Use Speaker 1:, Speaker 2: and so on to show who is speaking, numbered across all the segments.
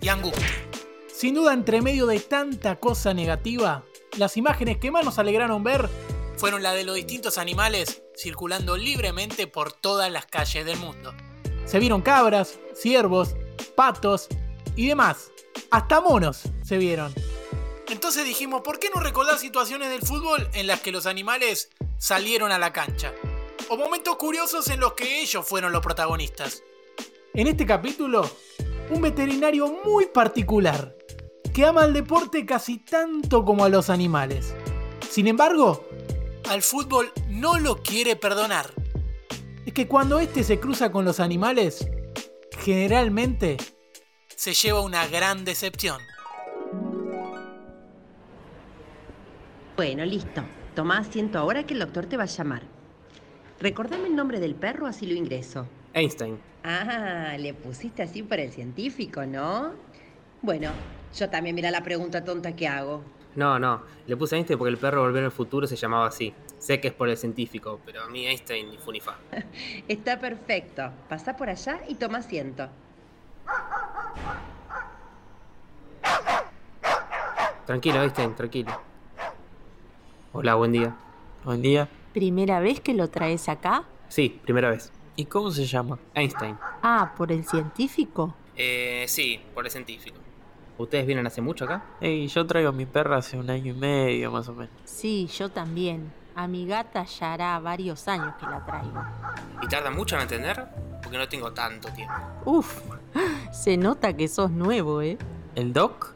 Speaker 1: y angustia. Sin duda, entre medio de tanta cosa negativa, las imágenes que más nos alegraron ver fueron las de los distintos animales circulando libremente por todas las calles del mundo. Se vieron cabras, ciervos, patos y demás. Hasta monos se vieron. Entonces dijimos, ¿por qué no recordar situaciones del fútbol en las que los animales salieron a la cancha? O momentos curiosos en los que ellos fueron los protagonistas. En este capítulo, un veterinario muy particular, que ama el deporte casi tanto como a los animales. Sin embargo, al fútbol no lo quiere perdonar. Es que cuando este se cruza con los animales, generalmente se lleva una gran decepción.
Speaker 2: Bueno, listo. Tomá asiento ahora que el doctor te va a llamar. Recordame el nombre del perro, así lo ingreso.
Speaker 3: Einstein.
Speaker 2: Ah, le pusiste así por el científico, ¿no? Bueno, yo también mira la pregunta tonta que hago.
Speaker 3: No, no, le puse Einstein porque el perro Volver al Futuro se llamaba así. Sé que es por el científico, pero a mí Einstein ni Funifa.
Speaker 2: Está perfecto. Pasá por allá y toma asiento.
Speaker 3: Tranquilo, Einstein, tranquilo. Hola, buen día.
Speaker 4: Buen día.
Speaker 5: ¿Primera vez que lo traes acá?
Speaker 3: Sí, primera vez.
Speaker 4: ¿Y cómo se llama?
Speaker 3: Einstein.
Speaker 5: Ah, por el científico.
Speaker 3: Eh, sí, por el científico. ¿Ustedes vienen hace mucho acá?
Speaker 4: Ey, yo traigo a mi perra hace un año y medio más o menos.
Speaker 5: Sí, yo también. A mi gata ya hará varios años que la traigo.
Speaker 3: ¿Y tarda mucho en entender? Porque no tengo tanto tiempo.
Speaker 5: Uf, se nota que sos nuevo, ¿eh?
Speaker 4: ¿El doc?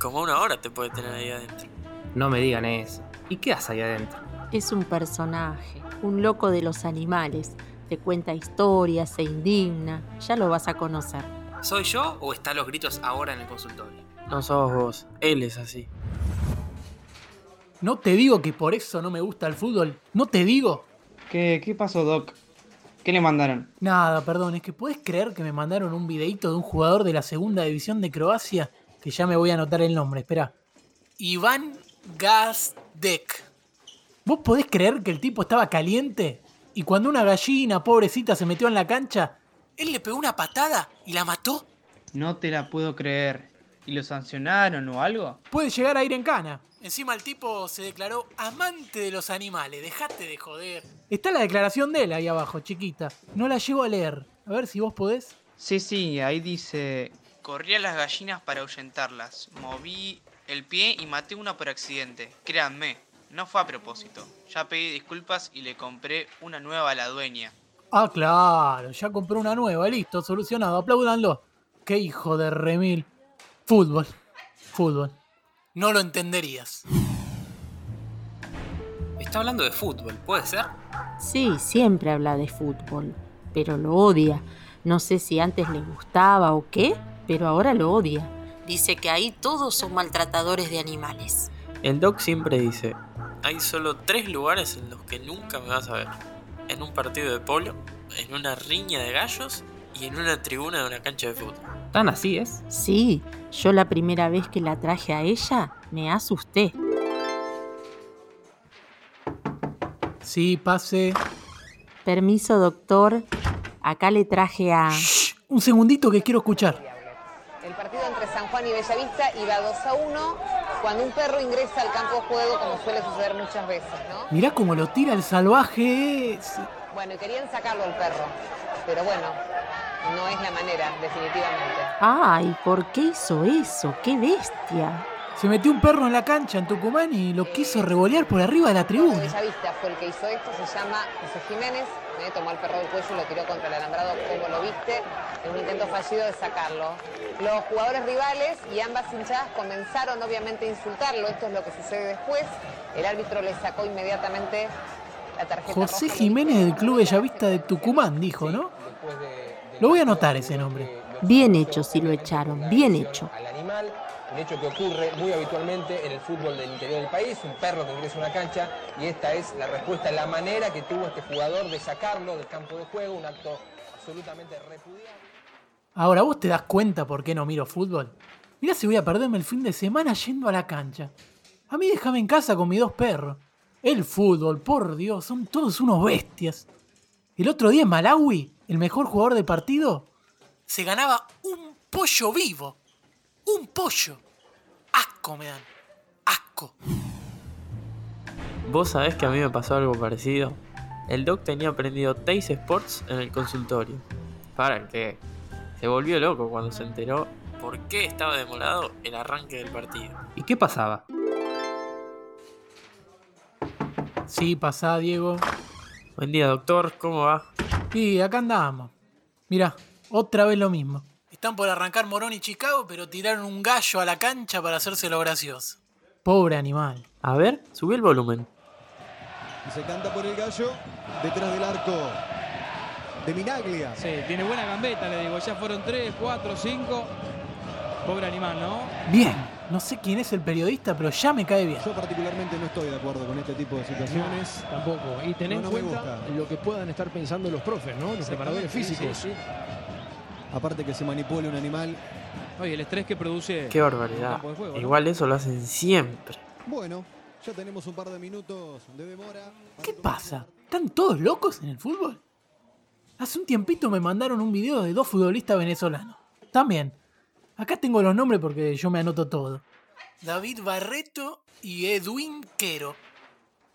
Speaker 4: Como una hora te puede tener ahí adentro.
Speaker 3: No me digan eso. ¿Y qué haces ahí adentro?
Speaker 5: Es un personaje, un loco de los animales. Te cuenta historias, se indigna. Ya lo vas a conocer.
Speaker 3: ¿Soy yo o están los gritos ahora en el consultorio?
Speaker 4: No sos vos, él es así.
Speaker 1: No te digo que por eso no me gusta el fútbol. No te digo.
Speaker 6: ¿Qué, ¿Qué pasó, Doc? ¿Qué le mandaron?
Speaker 1: Nada, perdón, es que puedes creer que me mandaron un videito de un jugador de la segunda división de Croacia, que ya me voy a anotar el nombre, espera. Iván Gazdek. ¿Vos podés creer que el tipo estaba caliente? Y cuando una gallina pobrecita se metió en la cancha, él le pegó una patada y la mató.
Speaker 6: No te la puedo creer. ¿Y lo sancionaron o algo?
Speaker 1: Puede llegar a ir en cana. Encima el tipo se declaró amante de los animales, dejate de joder. Está la declaración de él ahí abajo, chiquita. No la llevo a leer. A ver si vos podés.
Speaker 6: Sí, sí, ahí dice... Corrí a las gallinas para ahuyentarlas. Moví el pie y maté una por accidente. Créanme, no fue a propósito. Ya pedí disculpas y le compré una nueva a la dueña.
Speaker 1: Ah, claro, ya compró una nueva, listo, solucionado, aplaudanlo. Qué hijo de remil. Fútbol, fútbol. No lo entenderías.
Speaker 3: Está hablando de fútbol, ¿puede ser?
Speaker 5: Sí, siempre habla de fútbol, pero lo odia. No sé si antes le gustaba o qué, pero ahora lo odia. Dice que ahí todos son maltratadores de animales.
Speaker 4: El doc siempre dice, hay solo tres lugares en los que nunca me vas a ver. En un partido de polo, en una riña de gallos y en una tribuna de una cancha de fútbol.
Speaker 3: Tan así es.
Speaker 5: Sí, yo la primera vez que la traje a ella, me asusté.
Speaker 1: Sí, pase.
Speaker 5: Permiso, doctor. Acá le traje a...
Speaker 1: Shh, un segundito que quiero escuchar.
Speaker 7: El partido entre San Juan y Bellavista iba 2 a 1 cuando un perro ingresa al campo de juego, como suele suceder muchas veces, ¿no?
Speaker 1: Mirá cómo lo tira el salvaje ese.
Speaker 7: Bueno, y querían sacarlo al perro, pero bueno, no es la manera, definitivamente.
Speaker 5: ¡Ay, por qué hizo eso! ¡Qué bestia!
Speaker 1: Se metió un perro en la cancha en Tucumán y lo quiso revolear por arriba de la
Speaker 7: Juan de
Speaker 1: tribuna.
Speaker 7: Bellavista fue el que hizo esto, se llama José Jiménez, ¿eh? tomó al perro del cuello y lo tiró contra el alambrado, como lo viste, en un intento fallido de sacarlo. Los jugadores rivales y ambas hinchadas comenzaron obviamente a insultarlo, esto es lo que sucede después, el árbitro le sacó inmediatamente la tarjeta
Speaker 1: José
Speaker 7: roja.
Speaker 1: Jiménez del Club Bellavista de Tucumán, dijo, ¿no? Lo voy a anotar ese nombre.
Speaker 5: Bien hecho si lo echaron, bien hecho.
Speaker 8: Al animal, un hecho que ocurre muy habitualmente en el fútbol del interior del país, un perro que ingresa a una cancha y esta es la respuesta, la manera que tuvo este jugador de sacarlo del campo de juego, un acto absolutamente repudiable.
Speaker 1: Ahora, ¿vos te das cuenta por qué no miro fútbol? Mirá si voy a perderme el fin de semana yendo a la cancha. A mí déjame en casa con mis dos perros. El fútbol, por Dios, son todos unos bestias. El otro día en Malawi, el mejor jugador del partido, se ganaba un pollo vivo. Un pollo. Asco me dan. Asco.
Speaker 4: Vos sabés que a mí me pasó algo parecido. El doc tenía prendido Tays Sports en el consultorio. Para que se volvió loco cuando se enteró por qué estaba demorado el arranque del partido.
Speaker 3: ¿Y qué pasaba?
Speaker 1: Sí, pasá, Diego.
Speaker 4: Buen día, doctor. ¿Cómo va?
Speaker 1: Y acá andamos. Mirá, otra vez lo mismo. Están por arrancar Morón y Chicago, pero tiraron un gallo a la cancha para hacérselo gracioso. Pobre animal.
Speaker 4: A ver, subí el volumen.
Speaker 9: Se canta por el gallo, detrás del arco. De Minaglia.
Speaker 10: Sí, tiene buena gambeta, le digo. Ya fueron 3, 4, 5. Pobre animal, ¿no?
Speaker 1: Bien. No sé quién es el periodista, pero ya me cae bien.
Speaker 9: Yo particularmente no estoy de acuerdo con este tipo de situaciones.
Speaker 11: No, tampoco. Y tener
Speaker 9: No,
Speaker 11: en
Speaker 9: no me
Speaker 11: cuenta
Speaker 9: gusta.
Speaker 11: lo que puedan estar pensando los profes, ¿no? Los preparadores físicos.
Speaker 9: Aparte que se manipule un animal.
Speaker 10: Oye, el estrés que produce.
Speaker 4: Qué barbaridad. Igual eso lo hacen siempre.
Speaker 9: Bueno, ya tenemos un par de minutos de demora.
Speaker 1: ¿Qué pasa? ¿Están todos locos en el fútbol? Hace un tiempito me mandaron un video de dos futbolistas venezolanos. También. Acá tengo los nombres porque yo me anoto todo. David Barreto y Edwin Quero.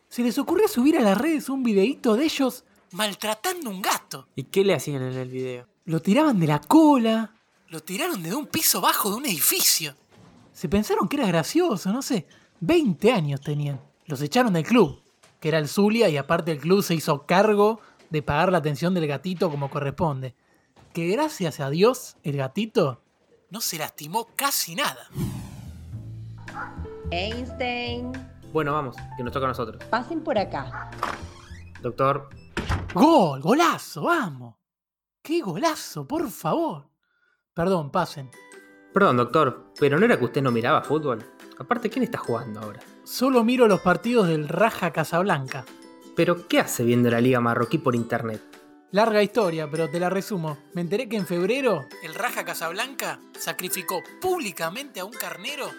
Speaker 1: Se les ocurrió subir a las redes un videíto de ellos maltratando un gato.
Speaker 4: ¿Y qué le hacían en el video?
Speaker 1: Lo tiraban de la cola. Lo tiraron de un piso bajo de un edificio. Se pensaron que era gracioso, no sé. 20 años tenían. Los echaron del club, que era el Zulia, y aparte el club se hizo cargo de pagar la atención del gatito como corresponde. Que gracias a Dios, el gatito no se lastimó casi nada.
Speaker 2: Einstein,
Speaker 3: Bueno, vamos, que nos toca a nosotros.
Speaker 2: pasen por acá.
Speaker 3: Doctor,
Speaker 1: ¡Gol! ¡Golazo! ¡Vamos! ¡Qué golazo! ¡Por favor! Perdón, pasen.
Speaker 3: perdón, doctor, pero no era que usted no miraba fútbol. Aparte, ¿quién está jugando ahora?
Speaker 1: Solo miro los partidos del Raja Casablanca.
Speaker 3: Pero, ¿qué hace viendo la Liga Marroquí por internet?
Speaker 1: Larga historia, pero te la resumo. Me enteré que en febrero el Raja Casablanca sacrificó públicamente a un carnero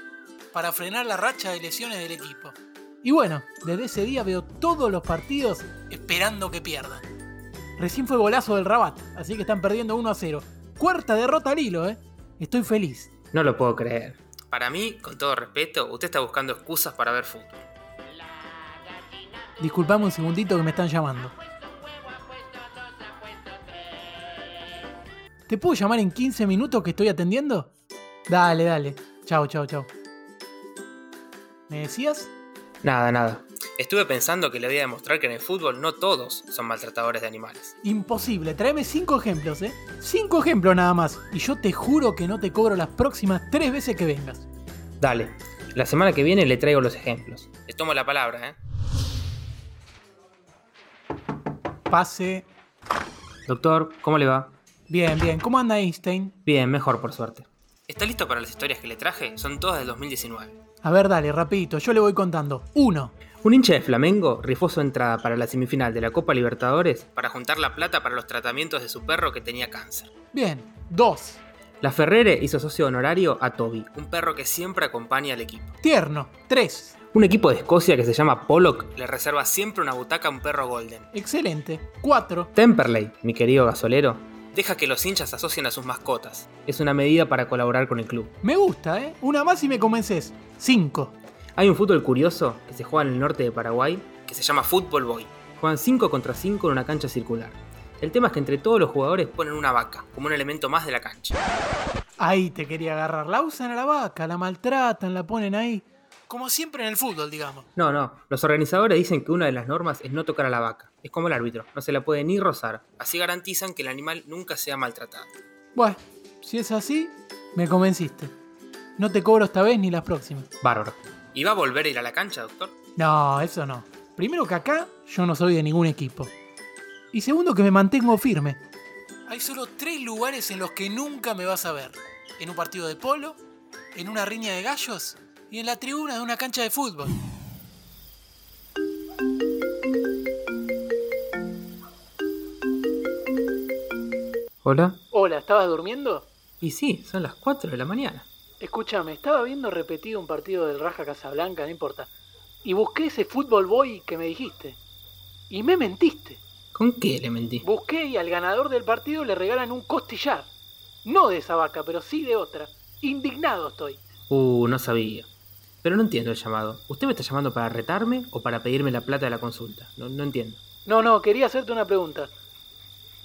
Speaker 1: para frenar la racha de lesiones del equipo. Y bueno, desde ese día veo todos los partidos esperando que pierdan. Recién fue golazo del Rabat, así que están perdiendo 1 a 0. Cuarta derrota al hilo, ¿eh? Estoy feliz.
Speaker 3: No lo puedo creer.
Speaker 1: Para
Speaker 3: mí, con todo respeto, usted está buscando excusas para ver fútbol.
Speaker 1: Disculpame un segundito que me están llamando. ¿Te puedo llamar en 15 minutos que estoy atendiendo? Dale, dale. Chao, chao, chao. ¿Me decías?
Speaker 3: Nada, nada. Estuve pensando que le voy a demostrar que en el fútbol no todos son maltratadores de animales.
Speaker 1: Imposible. Tráeme 5 ejemplos, ¿eh? 5 ejemplos nada más. Y yo te juro que no te cobro las próximas 3 veces que vengas.
Speaker 3: Dale, la semana que viene le traigo los ejemplos. Les tomo la palabra, ¿eh?
Speaker 1: Pase.
Speaker 3: Doctor, ¿cómo le va?
Speaker 1: Bien, bien. ¿Cómo anda Einstein?
Speaker 3: Bien, mejor por suerte. ¿Está listo para las historias que le traje? Son todas del 2019.
Speaker 1: A ver, dale, rapidito. Yo le voy contando. 1.
Speaker 3: Un hincha de Flamengo rifó su entrada para la semifinal de la Copa Libertadores para juntar la plata para los tratamientos de su perro que tenía cáncer.
Speaker 1: Bien. 2.
Speaker 3: La Ferrere hizo socio honorario a Toby, un perro que siempre acompaña al equipo.
Speaker 1: Tierno. 3.
Speaker 3: Un equipo de Escocia que se llama Pollock le reserva siempre una butaca a un perro golden.
Speaker 1: Excelente. 4.
Speaker 3: Temperley, mi querido gasolero, deja que los hinchas asocien a sus mascotas. Es una medida para colaborar con el club.
Speaker 1: Me gusta, ¿eh? Una más y me convences. 5.
Speaker 3: Hay un fútbol curioso que se juega en el norte de Paraguay que se llama Fútbol Boy. Juegan 5 contra 5 en una cancha circular. El tema es que entre todos los jugadores ponen una vaca como un elemento más de la cancha.
Speaker 1: Ahí te quería agarrar. La usan a la vaca, la maltratan, la ponen ahí. Como siempre en el fútbol, digamos.
Speaker 3: No, no, los organizadores dicen que una de las normas es no tocar a la vaca. Es como el árbitro, no se la puede ni rozar. Así garantizan que el animal nunca sea maltratado.
Speaker 1: Bueno, si es así, me convenciste. No te cobro esta vez ni las próximas.
Speaker 3: Bárbaro. ¿Y va a volver a ir a la cancha, doctor?
Speaker 1: No, eso no. Primero que acá yo no soy de ningún equipo. Y segundo que me mantengo firme. Hay solo tres lugares en los que nunca me vas a ver. En un partido de polo, en una riña de gallos y en la tribuna de una cancha de fútbol.
Speaker 3: ¿Hola?
Speaker 1: Hola, ¿estabas durmiendo?
Speaker 3: Y sí, son las 4 de la mañana.
Speaker 1: Escúchame, estaba viendo repetido un partido del Raja Casablanca, no importa. Y busqué ese fútbol boy que me dijiste. Y me mentiste.
Speaker 3: ¿Con qué le mentí?
Speaker 1: Busqué y al ganador del partido le regalan un costillar. No de esa vaca, pero sí de otra. Indignado estoy.
Speaker 3: Uh, no sabía. Pero no entiendo el llamado. ¿Usted me está llamando para retarme o para pedirme la plata de la consulta? No, no entiendo.
Speaker 1: No, no, quería hacerte una pregunta.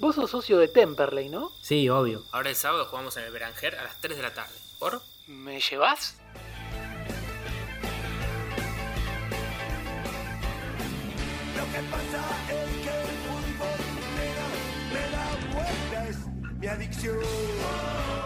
Speaker 1: Vos sos socio de Temperley, ¿no?
Speaker 3: Sí, obvio.
Speaker 4: Ahora el sábado jugamos en el Beranger a las 3 de la tarde. ¿Por?
Speaker 1: ¿Me llevas?
Speaker 12: Lo que pasa es que el fútbol me da, me da vueltas, mi adicción.